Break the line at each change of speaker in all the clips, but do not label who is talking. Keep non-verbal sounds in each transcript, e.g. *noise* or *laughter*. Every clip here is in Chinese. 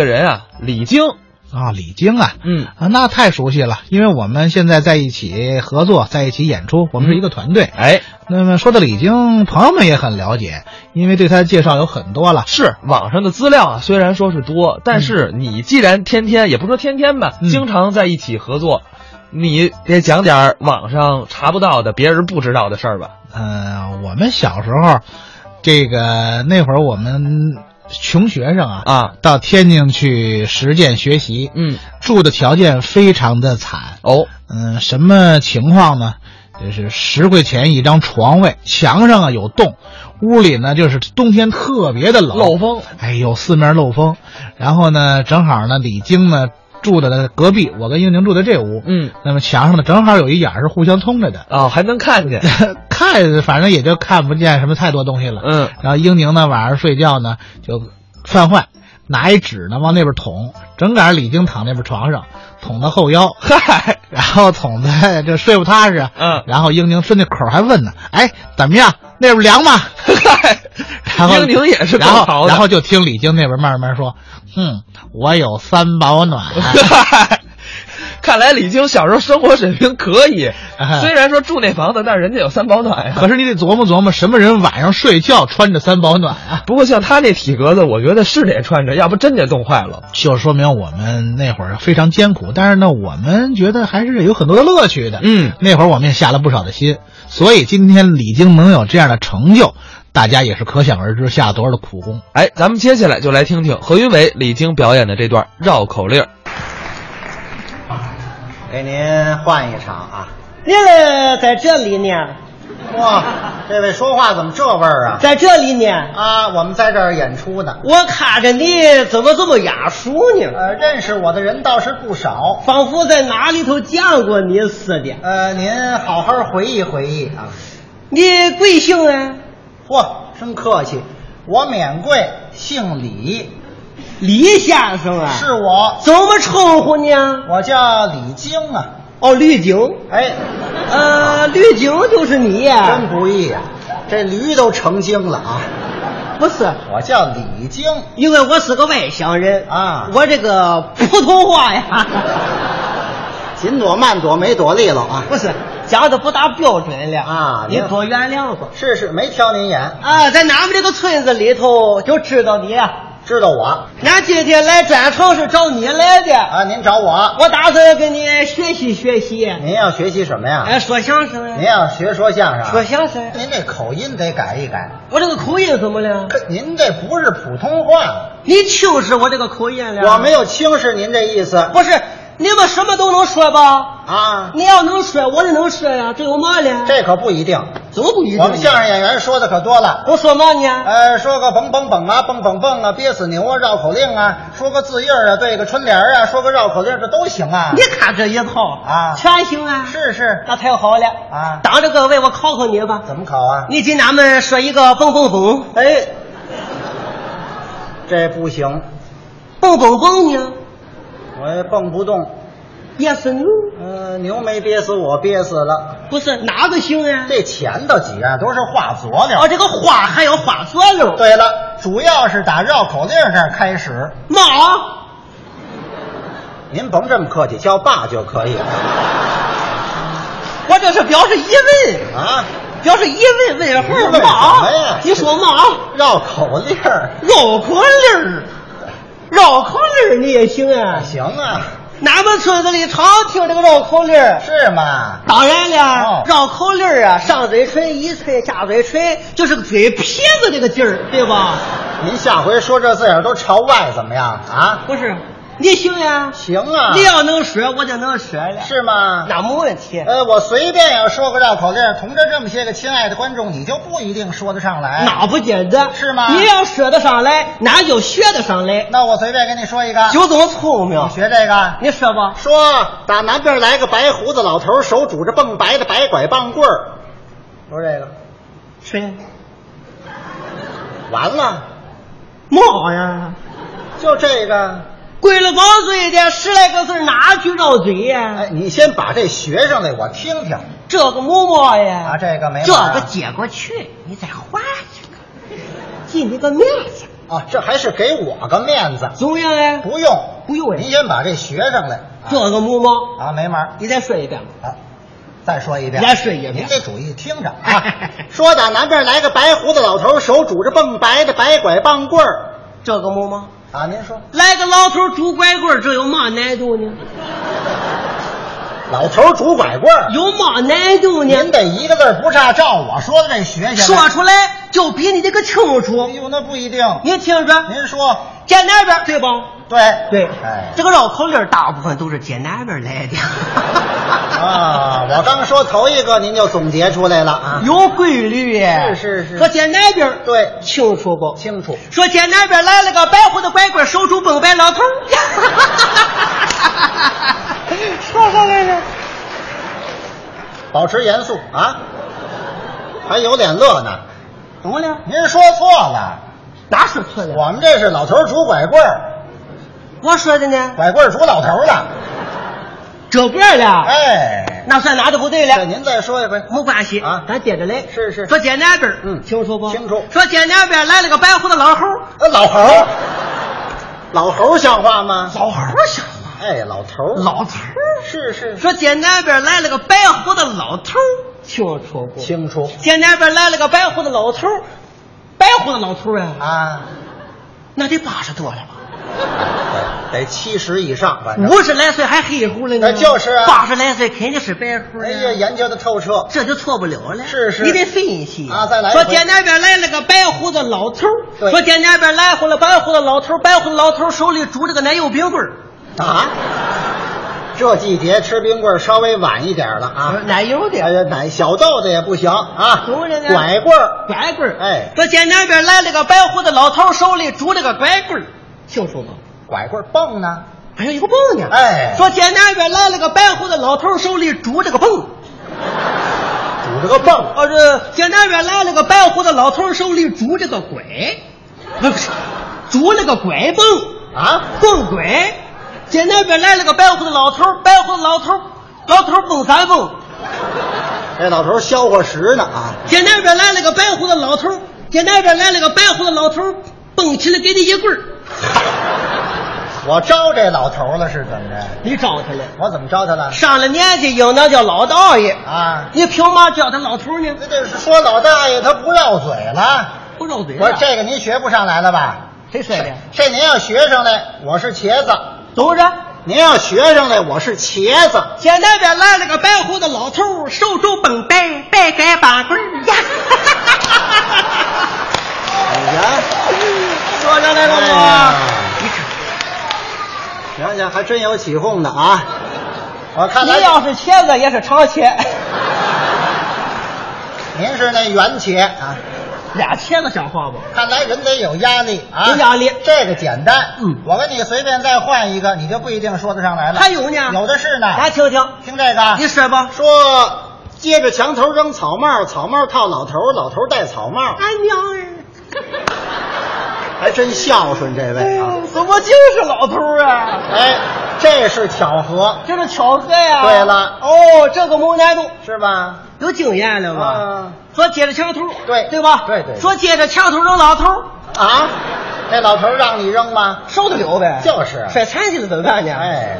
个人啊，李菁，
啊，李菁啊，
嗯
啊，那太熟悉了，因为我们现在在一起合作，在一起演出，我们是一个团队。
哎，
那么说到李菁，朋友们也很了解，因为对他的介绍有很多了。
是网上的资料啊，虽然说是多，但是你既然天天也不说天天吧，
嗯
经常在一起合作，你得讲点儿网上查不到的、别人不知道的事儿吧？
呃，我们小时候，这个那会儿我们穷学生啊，
啊，
到天津去实践学习，
嗯，
住的条件非常的惨。
哦，
嗯、什么情况呢？就是十块钱一张床位，墙上啊有洞，屋里呢就是冬天特别的冷，
漏风，
哎，有四面漏风。然后呢，正好呢，李菁呢住的隔壁，我跟英宁住的这屋。
嗯，
那么墙上呢，正好有一眼儿是互相通着的，
哦，还能看见，
看反正也就看不见什么太多东西
*laughs*
了。
嗯，
然后英宁呢，晚上睡觉呢就犯坏，拿一纸呢往那边捅，正赶上李菁躺那边床上，捅到后腰，嗨，然后捅的这睡不踏实。
嗯，
然后英宁顺着口儿还问呢，哎，怎么样？那边凉吗？
*laughs* 嗨，
*laughs* 然后
英宁也是够
然后
淘的
然后就听李菁那边慢慢说，嗯，我有三保 *laughs* 暖，
嗨，看来李菁小时候生活水平可以，
哎
虽然说住那房子，但是人家有三保暖啊呀。
可是你得琢磨琢磨，什么人晚上睡觉穿着三保暖啊？ *laughs*
不过像他那体格子，我觉得是得穿着，要不真得冻坏了。
就说明我们那会儿非常艰苦，但是呢，我们觉得还是有很多的乐趣的。
嗯，
那会儿我们也下了不少的心，所以今天李菁能有这样的成就，大家也是可想而知下了多少的苦功。
哎，咱们接下来就来听听何云伟、李菁表演的这段绕口令儿。
给您换一场啊！
那个在这里
*laughs*
呢，
哇，这位说话怎么这味儿啊？
在这里呢，
啊，我们在这儿演出呢。
我卡着你怎么这么眼熟呢？
呃，认识我的人倒是不少。
仿佛在哪里头见过你似的。
呃，您好好回忆回忆啊。
你贵姓啊？
嚯，真客气，我免贵，姓李，
李先生啊？
是我，
怎么称呼呢？
我叫李菁啊。
哦，绿景，
哎，
呃，绿景就是你呀、
真不易啊，这驴都成精了啊。
不是，
我叫李菁，
因为我是个外乡人
啊
我这个普通话呀，
*laughs* 紧躲慢躲没躲利落啊。
不是讲的不达标准了
啊
您
您
多原谅吧。
是是，没挑您眼，
啊，在俺们这个村子里头就知道你啊。
知道我
俺今天来专程是找你来的，
啊。您找我，
我打算跟你学习学习。
您要学习什么呀？
哎，说相声
您
啊，
要学说相声啊，
说相声啊。
您这口音得改一改。
我这个口音怎么了？
可您这不是普通话，
你轻视我这个口音了？
我没，有轻视您这意思
不是，你们什么都能说吧？
啊，
你要能说，我也能说呀，这有嘛了？
这可不一定。
怎么不一定？
我们相声演员说的可多了，
我说啊嘛呢？
呃，说个蹦蹦蹦啊，蹦蹦蹦啊，憋死牛啊，绕口令啊，说个字印儿啊，对个春联儿啊，说个绕口令儿，这都行啊
你。看这一套
啊
全行啊。，
是是，
那太好了
啊
当着各位，我考考你吧。
怎么考啊？
你给俺们说一个蹦蹦蹦，
哎，这不行，
蹦蹦蹦呢？
我也蹦不动。
Yes no？
呃，牛没憋死我，憋死了。
不是哪个行啊？
这前头几样都是化佐料
哦，。这个花还有花佐料。，
对了，主要是打绕口令这儿开始。
妈，
您甭这么客气，叫爸就可以了
我这是表示疑问，
啊。
表示疑问问
疑
号。
问什么
妈
呀，
你说妈，
绕口令儿
绕口令儿，绕口令儿你也行啊？
行啊，
俺们村子里常听这个绕口令儿。
是吗？
当然了
哦，
绕口令儿啊，上嘴唇一吹，下嘴唇就是个嘴皮子这个劲儿，对吧？
您下回说这字眼儿都朝外怎么样啊？
不是，你行呀？
行啊，
你要能说，我就能说了，
是吗？
那没问题。
呃，我随便要说个绕口令儿，同着这么些个亲爱的观众，你就不一定说得上来。
哪不简单？
是吗
你要说得上来，俺就学得上来，
那我随便跟你说一个，
就这么聪明
你。学这个。
你说吧，
说打南边来个白胡子老头儿，手拄着蹦白的白拐棒棍儿，说这个
谁？
完了，
嘛呀？
就这个。
归了宝嘴的十来个字儿哪去绕嘴呀？
哎，你先把这学上来，我听听
这个么么呀？
啊，这个没
这
法儿啊
个接过去，你再换一个，进你个面去。
啊，这还是给我个面子，
怎么样哎？
不用，
不用
您
哎，
先把这学上来。啊
这个木猫，
啊，没门儿
你再说一遍吧。
啊！再说一遍，
你再说一遍
您得注意听着啊
哎！
*laughs* 说打南边来个白胡子老头，手拄着蹦白的白拐棒棍儿
这个木猫，
啊！您说，
来个老头拄拐棍儿，这有嘛难度呢？
老头拄拐棍儿，
有嘛难度呢？
您得一个字儿不差，照我说的这学下来。
说出来就比你这个清
哎
楚。
呦，那不一定。
你听着，
您说，
见南边对吧？
对
对，
哎
这个绕口令儿大部分都是接南边来的。
啊，我刚说头一个，您就总结出来了啊。
有规律耶，
是是是
说接南边儿
对
清楚不？
清楚。
说接南边来了个白胡子乖乖，手拄蹦白老头
*laughs*
儿。说说来来，
保持严肃啊，还有脸乐呢。
怎么了？
您说错了，
哪说错了？
我们这是老头拄拐棍儿，
我说的呢，
拐棍儿拄老头儿的。
这边了，
哎，
那算哪都不对
这
了。
您再说一回。
没关系
啊
咱接着来。
是是
说接南边儿，
嗯
清楚不？
清楚
说接南边来了个白胡子老猴儿，
呃老猴儿，老猴儿像话吗？
老猴儿想嘛？
哎，老头儿，
老头儿
是是
说接南边来了个白胡子老头儿，清楚不？
清楚
接南边来了个白胡子老头儿，白胡子老头儿啊，
啊，
那得八十多了吧？
得七十以上，反正。
五十来岁还黑胡了呢，
那就是啊
八十来岁肯定是白胡了。
哎呀，研究的透彻。
这就错不了了。
是是
你得分析
啊再来一
说
回
见那边来了个白胡子老头儿，
对
说见那边来回了白胡子老头儿，白胡子老头儿手里拄着个奶油冰棍儿。
啊，这季节吃冰棍儿稍微晚一点儿了啊。
奶油的
哎呀，奶小豆子也不行啊，
怎么着呢
拐棍儿
拐棍儿。
哎
说见那边来了个白胡子老头儿，手里拄着个拐棍儿，清楚吗？
拐棍儿蹦呢，
还有一个泵呢。
哎
说见那边来了个白胡子老头儿，手里拄着个泵。
拄着个蹦，
哦，这见那边来了个白胡子老头儿，手里拄着个拐，不是，拄了个拐棒。
啊，
蹦鬼，这那边来了个白胡子老头儿，白胡子老头儿，老头儿蹦三蹦。
这哎老头儿消化食呢啊，
这那边来了个白胡子老头儿，这那边来了个白胡子老头儿，蹦起来给你一棍儿。
我招这老头儿了是怎么着？
你招他了？
我怎么招他了？
上了年纪应当叫老道爷，
啊，
你凭嘛叫他老头儿呢？
那这是说老大爷他不绕嘴了，
不绕嘴啊
我说这个您学不上来了吧？
谁说的？
这您要学上来，我是茄子；
怎么着？
您要学上来，我是茄子。
这那边来了个白胡子老头儿，手肘绷白，白改八棍儿呀！
你哎呀，
*laughs* 说上来了不？
哎行行，还真有起哄的啊！我看来
您要是茄子也是长茄，
您是那原茄啊，
俩茄子像话不？
看来人得有压力啊，
有压力
这个简单，
嗯
我跟你随便再换一个，你就不一定说得上来了。
还有呢？哎
有的哎是呢。
咱听听。
听这个，
你说吧。
说接着墙头扔草帽，草帽套老头，老头戴草帽，
俺娘哎，
还真孝顺这位啊！
嗯怎么就是老头儿啊？
哎，这是巧合，
这是巧合呀。
对了
哦，这个没难度，
是吧？
有经验了吧？
啊
说接着墙头，
对
对吧？
对对对
说接着墙头扔老头儿，
啊，那老头让你扔吗？
受得了呗？
就是
摔残疾了怎么办呢？，
哎，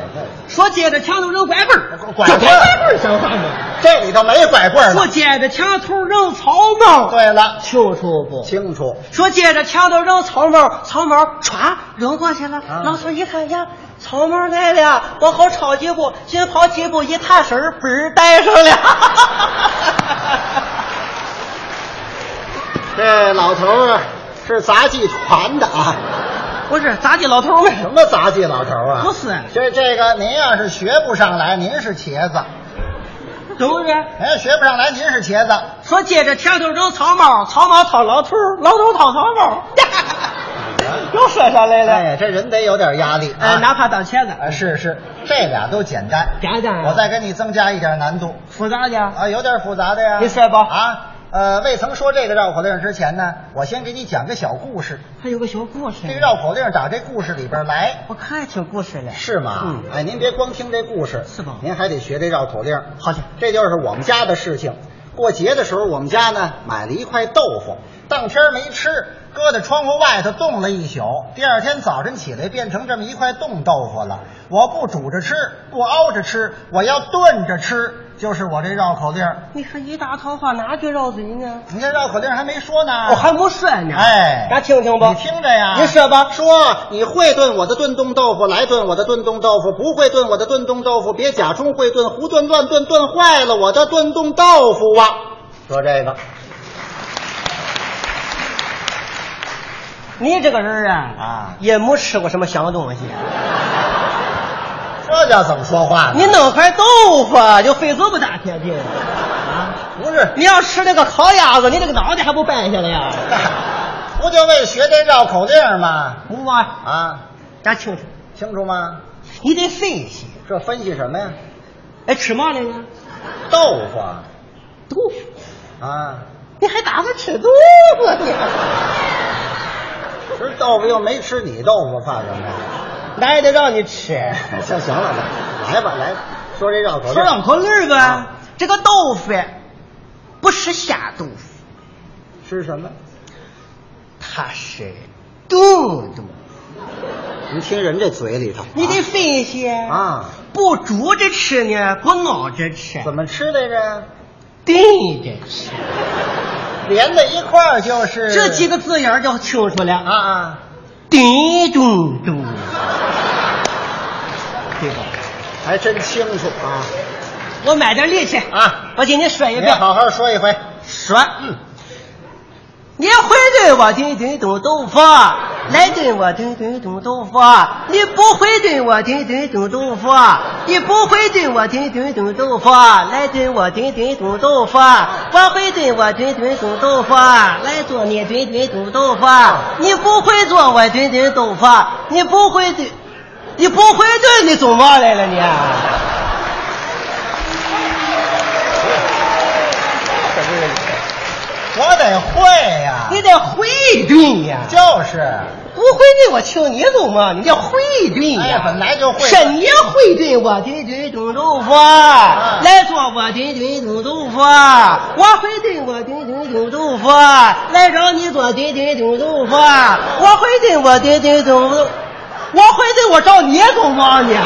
说接着墙头扔拐棍儿，
拐
这
拐棍
拐
儿
像话吗？
这里头没拐棍儿
说
呢。
接着墙头扔草帽，
对了，
清楚不？
清楚。
说接着墙头扔草帽，草帽歘扔过去了。
啊
老头一看呀，草帽来了，我好抄几步，先跑几步，一踏身儿，嘣儿带上了。
这老头儿啊是杂技团的啊，
*laughs* 不是咋的，老头
什
们？
么杂技老头儿啊？
不是
这这个您要是学不上来，您是茄子；
怎么着？
您要学不上来，您是茄子。
说接着墙头扔草帽，草帽套老头，老头套草帽， *laughs* 又说上来了。
哎，这人得有点压力
哎，
啊。
哪怕当茄子，
啊，是是，这俩都简单。
简单啊
我再给你增加一点难度
复杂的。
啊，有点复杂的呀。
你说吧
啊，呃，未曾说这个绕口令之前呢，我先给你讲个小故事。
还有个小故事
这个绕口令打这故事里边来。
我看也听故事了。
是吗？
嗯
哎，您别光听这故事，
是吧
您还得学这绕口令。
好家伙
这就是我们家的事情。过节的时候，我们家呢买了一块豆腐，当天没吃，搁在窗户外头冻了一宿。第二天早晨起来，变成这么一块冻豆腐了。我不煮着吃，不熬着吃，我要炖着吃，就是我这绕口令儿。
你看一大套话哪句绕嘴呢？
你这绕口令儿还没说呢，
我哦还没说呢。
哎
咱听听吧。
你听着呀，
您说吧。
说你会炖我的炖冻豆腐，来炖我的炖冻豆腐；不会炖我的炖冻豆腐，别假充会炖，胡炖乱炖，炖坏了我的炖冻豆腐啊！说这个
你这个人啊，
啊，
也没吃过什么香东西。
这叫怎么说话
你
呢？
弄块豆腐啊就费这么大铁劲啊！
不是， *laughs*
你要吃那个烤鸭子，你那个脑袋还不掰下来啊呀？
不就为学这绕口令吗？
不嘛，
啊，
咱听听，
清楚吗？
你得分析。
这分析什么呀？
哎，吃嘛来了？
豆腐啊
豆腐，
啊，
你还打算吃豆腐啊呢？
吃豆腐又没吃你豆腐，怕什么呀？
那也得让你吃。
哎行行了，来吧来吧，说这绕口令。
说绕口令儿吧
啊，
这个豆腐不是下豆腐，
吃什么？
它是豆豆。
您听人这嘴里头，
你得分析
啊，
不煮着吃呢，不熬着吃，
怎么吃来着？
炖着吃。
连在一块儿就是
这几个字眼儿就清楚了
啊
啊，
啊，
炖中中，对吧？
还真清楚啊
我买点力气
啊！
我给你说一
您
遍，
好好说一回，
说，嗯，你会炖我炖炖炖豆腐，来炖我炖炖炖豆腐，你不会炖我炖炖炖豆腐，你不会炖我炖炖炖豆腐，来炖我炖炖炖豆腐，我会炖我炖炖炖豆腐，来做你炖炖炖豆腐，你不会做我炖炖豆腐，你不会炖，你不会炖，你做嘛来了你？
我得会呀、
你得会炖呀。
就是
不会炖我请你懂吗？你叫会炖呀、
哎本来就会
是你会炖我炖炖炖豆腐，来做我炖炖炖豆腐。我会炖我炖炖炖豆腐，来让你做炖炖炖豆腐。我会炖我炖炖炖豆，我会炖我找你懂吗你？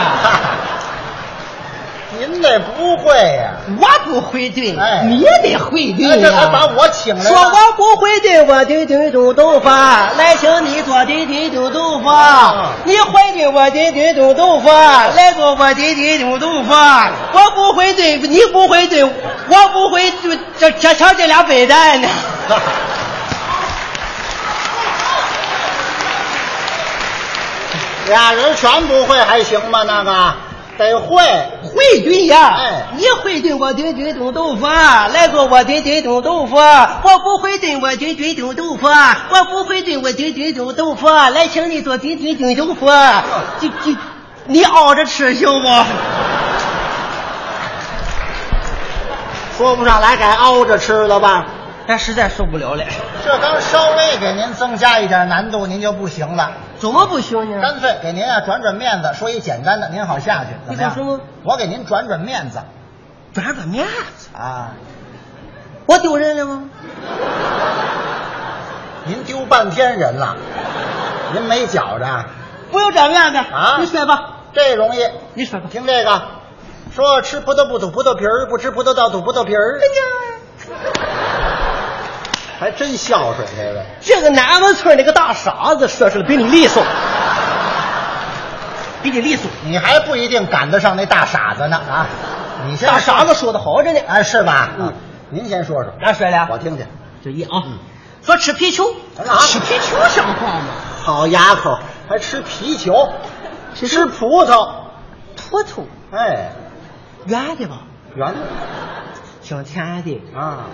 您得不会呀、
我不会炖，
哎
你得会炖、呀
哎这还把我请来了
说我不会炖，我炖炖炖豆腐，来请你做炖炖炖豆腐。
啊
你会炖，我炖炖炖豆腐，来做我炖炖炖豆腐。我不会炖，你不会炖，我不会炖，这这瞧这俩笨蛋呢。
哎俩人全不会还行吗？那个得会。
会炖呀！
哎
你会炖我炖炖炖豆腐，来做我炖炖炖豆腐。我不会炖我炖炖炖豆腐，我不会炖我炖炖炖豆腐，来请你做炖炖炖豆腐。
啊
这这，你熬着吃行不？
说不上来，改熬着吃了吧？
咱实在受不了了，
这刚稍微给您增加一点难度，您就不行了。
怎么不行呢？
干脆给您啊转转面子，说一简单的，您好下去。怎么样
你敢说吗？
我给您转转面子
转转面子，
啊！
我丢人了吗？
您丢半天人了，您没觉着啊
不用转面子
啊
你说吧，
这容易。
你说吧。
听这个，说吃葡萄不吐葡萄皮儿，不吃葡萄倒吐葡萄皮儿。哎还真孝顺这位。
这个南门村那个大傻子说出来比你利索， *laughs* 比你利索。
你还不一定赶得上那大傻子呢啊！你先
大傻子说得好着呢
哎，是吧？
嗯
啊，您先说说，
咱说俩
我听听。
注意啊，说吃皮球，
啊
吃皮球像话吗？
好牙口，还吃皮球，吃葡萄，
坨坨
哎，
圆的吧，
圆
挺甜的，
啊，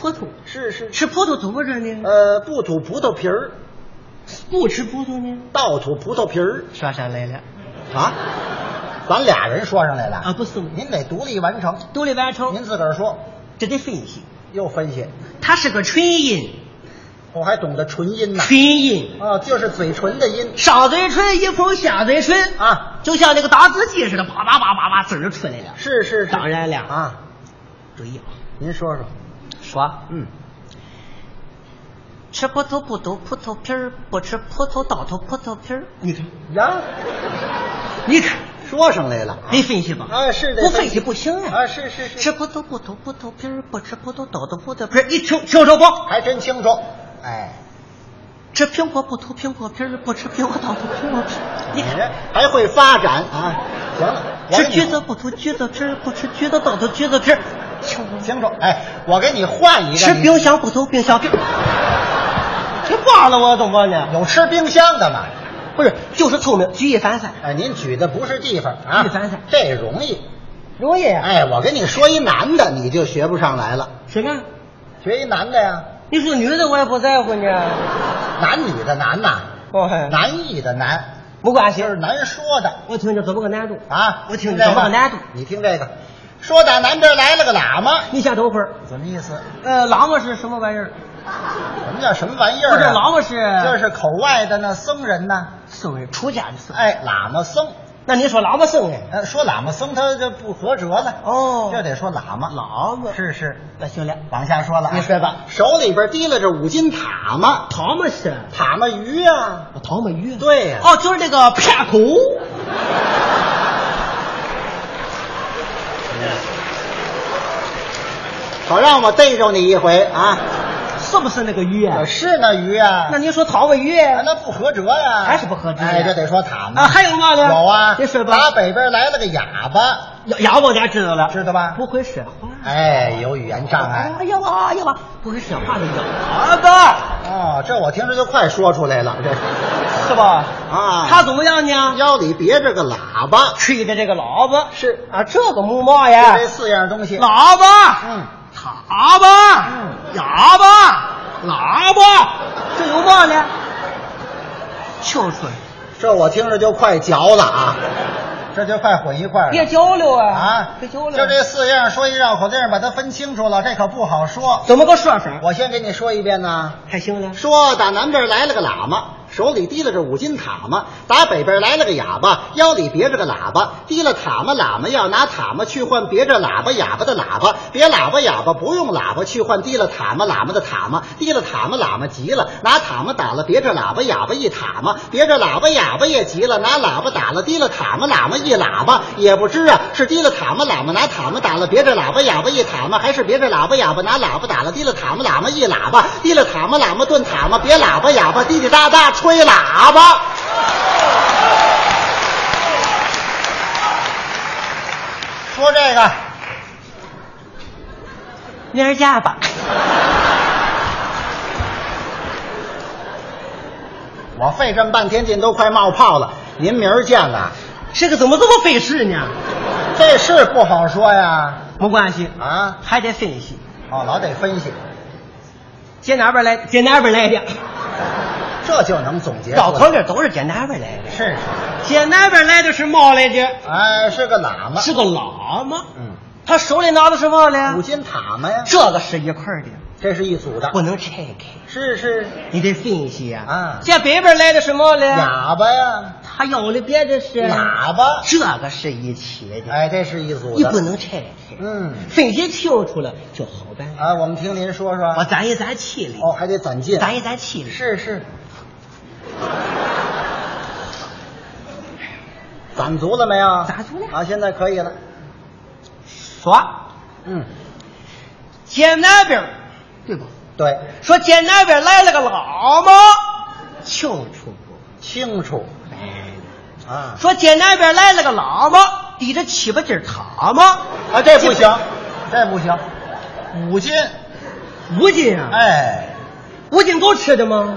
坨坨。
是是，
吃葡萄怎么着呢？
呃，不吐葡萄皮儿，
不吃葡萄呢？
倒吐葡萄皮儿
说上来了
啊。咱俩人说上来了
啊，不是我哦
您得独立完成，
独立完成，
您自个儿说，
这得分析，
又分析，
它是个唇音，
我还懂得唇音呢，
唇音，
啊，就是嘴唇的音
上嘴唇一碰下嘴唇，
啊，
就像那个打字机似的，叭叭叭叭叭字儿就出来了。
是是是，
当然了
啊，
注意啊，
您说说，
说
嗯，
吃葡萄不吐葡萄皮儿，不吃葡萄倒吐葡萄皮儿。
你看呀，
你看，
说上来了。
得分析吧？
啊是得
不
分
分
析
析不行呀。
啊是是是
吃葡萄不吐葡萄皮儿，不吃葡萄倒吐葡萄皮儿。你听清楚不？
还真清楚。哎，
吃苹果不吐苹果皮儿，不吃苹果倒吐苹果皮儿。你看。
哎还会发展啊！行了，我
吃
给你
橘子不吐橘子皮儿，不吃橘子倒吐橘子皮儿。
清楚。哎，我给你换一个。
吃
你
冰箱不吐冰箱皮儿。这挂了我怎啊么呢？
有吃冰箱的吗？
不是，就是聪明，举一反三，
哎，您举的不是地方啊
一凡是，
这容易。
容易。
哎，我跟你说一男的，你就学不上来了。
谁呢？
学一男的呀，
你是女的，我也不在乎啊呢。
男女的男呐，
哦，
男艺的男，
没关系
就。是难说的
我听着怎么个难度？
啊。
我听
这
着怎么个
个
难度？
你听这个，说打南边来了个喇嘛，
你先等会儿。
什么意思？
呃，喇嘛是什么玩意儿？
什么叫什么玩意儿、啊？
不是喇嘛是
就是口外的那僧人呐。
僧人，出家的僧。
哎，喇嘛僧，
那你说喇嘛僧人？
呃，说喇嘛僧他就不合辙了，
哦
这得说喇嘛。
喇嘛
是是，
那行了，
往下说了、啊，
你说吧。
手里边提了着五斤塔嘛，
唐嘛是
塔嘛鱼啊，
唐嘛鱼
对呀、
哦，就是那个骗狗。
好让我逮着你一回啊！
是不是那个鱼啊
可？是那鱼啊，
那您说唐嘛鱼？
啊那不合辙呀、
还是不合辙呀
哎，这得说塔嘛。
啊，还有嘛呢？
有啊，
您说
打
吧。
北边来了个哑巴，
哑哑巴咱知道了，
知道吧？
不会说话。
哎，有语言障
哎
碍。
呀妈呀妈，不会说话的哑巴
哦，这我听着就快说出来了，这
是吧？
啊，
他怎么样呢？
腰里别着个喇叭，
吹的这个喇叭
是
啊，这个木马
就
呀
这，四样东西。
喇叭、
嗯，
喇叭、哑巴、喇叭，这有嘛呢？就是
这我听着就快嚼了啊，这就快混一块儿了。
别交流啊
啊，
别交
就
流，
这四样，说一绕口令儿，把它分清楚了，这可不好说。
怎么个说法？
我先给你说一遍呢，
还行了，
说打南边来了个喇嘛，手里提了着五斤塔嘛；打北边来了个哑巴，腰里别着个喇叭，提了塔嘛喇嘛要拿塔嘛去换别着喇叭哑巴的喇叭，别喇叭哑巴不用喇叭去换提了塔嘛喇嘛的塔嘛，提了塔嘛喇嘛急了，拿塔嘛打了别着喇叭哑巴一塔嘛，别着喇叭哑巴也急了，拿喇叭打了提了塔嘛喇嘛一喇叭，也不知啊是提了塔嘛喇嘛拿塔嘛打了别着喇叭哑巴一塔嘛，还是别着喇叭哑巴拿喇叭打了提了塔嘛喇嘛一喇叭，提了塔嘛喇嘛顿塔嘛，别喇叭哑巴滴滴答答吹喇叭。说这个
明儿见吧。
我费这么半天劲都快冒泡了，您明儿见了，
这个怎么这么费事呢？
这事不好说呀
没关系，
啊！
还得分析，
哦，老得分析，
接哪边来的？接哪边来的？
这就能总结出来。
绕口令都是接哪边来的？
是是，
接哪边来的是嘛来的？
哎，是个喇嘛，
是个喇嘛。
嗯，
他手里拿的是啊嘛
五
呢？
金塔嘛呀，
这个是一块儿的，
这是一组的
不。能拆开，
是是，
你得分析呀。
啊
接北边来的是嘛呢？
哑巴呀，
他要的别的是
喇叭，
这个是一起的，
哎，这是一组
你
的。
不能拆开，
嗯，
分析清楚了就好办。
啊，我们听您说说。
我攒一攒气力，
哦，还得攒劲。
攒一攒气力。
是是，攒足了没有？
攒足了
啊，现在可以了。
说，
嗯，
接那边儿，对吧？
对，
说接那边来了个喇嘛，清楚不？哎
清楚啊
说接那边来了个喇嘛，抵着七八斤塔嘛，
啊，这不行，这不行，五斤，
五斤啊，
哎，
五斤够吃的吗？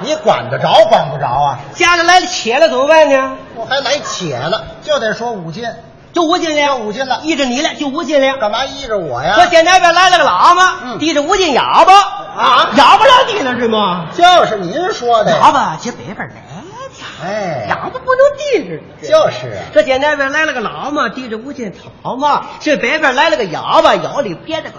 你管得着管不着啊？
家里来了切了怎么办呢？
我还来且了，就得说五斤，
就五斤了，
五斤了
依着你了，就五斤了。
干嘛依着我呀？
说接那边来了个喇嘛，
啊嗯
抵着五斤哑巴
啊
哑巴让抵了是吗？
就是您说的
哑
呀，
巴接北边来的，
哎，
哑巴不能抵着。
就是啊
这姐那边来了个喇嘛，提着五斤糖嘛；这北边来了个哑巴，腰里别着个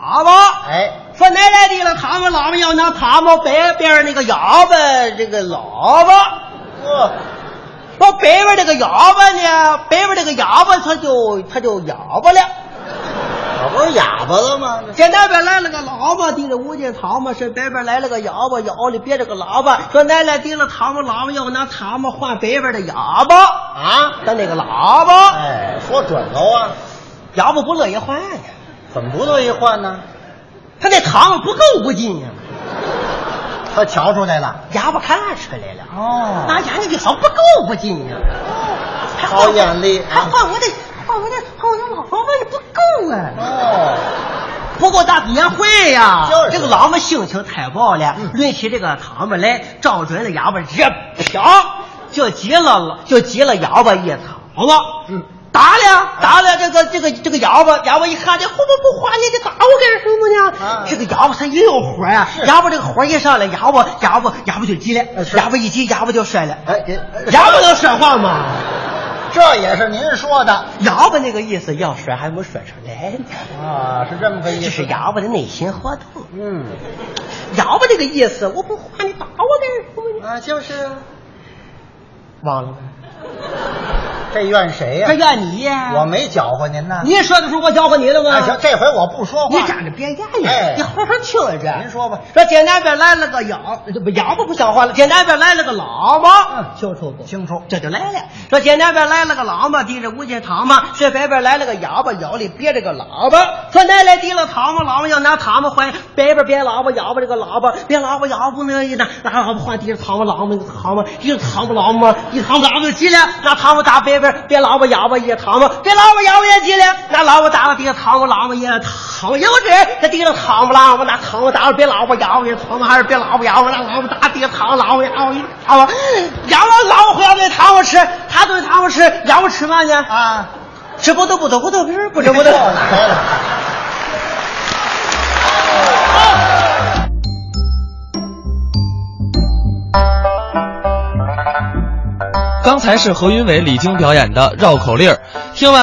喇叭。
哎，
说奶奶的了，他们喇嘛要拿他们北边那个哑巴这个喇叭。
呵，
说北边这个哑巴呢，北边这个哑巴他就他就哑巴了。
我不是哑巴了吗？
这那边来了个喇叭，提着五斤糖嘛；是北边来了个哑巴，腰里别着个喇叭。说奶奶提了糖嘛，喇叭要不拿糖嘛换北边的哑巴
啊，
的那个喇叭，
哎，说准头啊，
哑巴不乐意换呀，
怎么不乐意换呢？
他那糖不够五斤呀。
他瞧出来了，
哑巴看出来了，
哦
那哑巴这好不够不进呀，还换
好眼力哎
还换我的，换我的，换我的老婆也不够啊。
哦，
不过大别会呀、
就是嗯
这个老们性情太暴了，抡起这个糖们来，照准了哑巴，这瓢就急了，就急了哑巴一草了。
嗯，
打了打了，这个这个这个哑巴哑巴一看这不不不花，你这打我干什么呢？
啊
这个哑巴他也有火呀、哑啊巴这个火一上来，哑巴哑巴哑巴就急了
呃，是
哑巴一急，哑巴就摔了，
哎，也
哑巴能摔话吗？
这也是您说的
哑巴那个意思要摔还没摔出来呢，
啊，是这么个意思。
这是哑巴的内心活动。
嗯，
饶吧这个意思，我不花你打我干什么呢？
啊，就是啊，
忘了呗，
这怨谁哎
这
呀、
怨你哎呀！
我没搅和您呢。
你说的是我搅和你的
哎
吗
行，？这回我不说话。
你长着别压抑
哎，
你好好听着。
您说吧
说这南边来了个哑，这不哑巴不像话了，这南边来了个喇嘛，
嗯
清楚不？
清楚
这就来了。说这南边来了个喇嘛，提着五斤糖嘛；这北边来了个哑巴，腰里别着个喇叭。说奶奶提了糖嘛，喇嘛要拿糖嘛换；北边别喇叭，哑巴这个喇叭，别喇叭，哑巴不乐意呢，拿喇叭换提着糖嘛，喇嘛糖嘛，一个糖嘛喇嘛，一糖嘛喇嘛就急了，拿糖嘛打北边，别喇叭哑巴也糖嘛，别喇叭哑巴也急了，拿喇叭打了提个糖嘛喇嘛也糖嘛，有这这提了糖嘛喇嘛拿糖嘛打了别喇叭哑巴也糖嘛，还是别喇叭哑巴拿喇叭打提个糖喇叭哑巴一糖嘛，哑巴喇叭回来对糖嘛吃，他对糖嘛吃，哑巴吃嘛呢？
啊，
吃不都不都不都不是不吃不都。
这来了。
刚才是何云伟、李菁表演的绕口令儿，听完。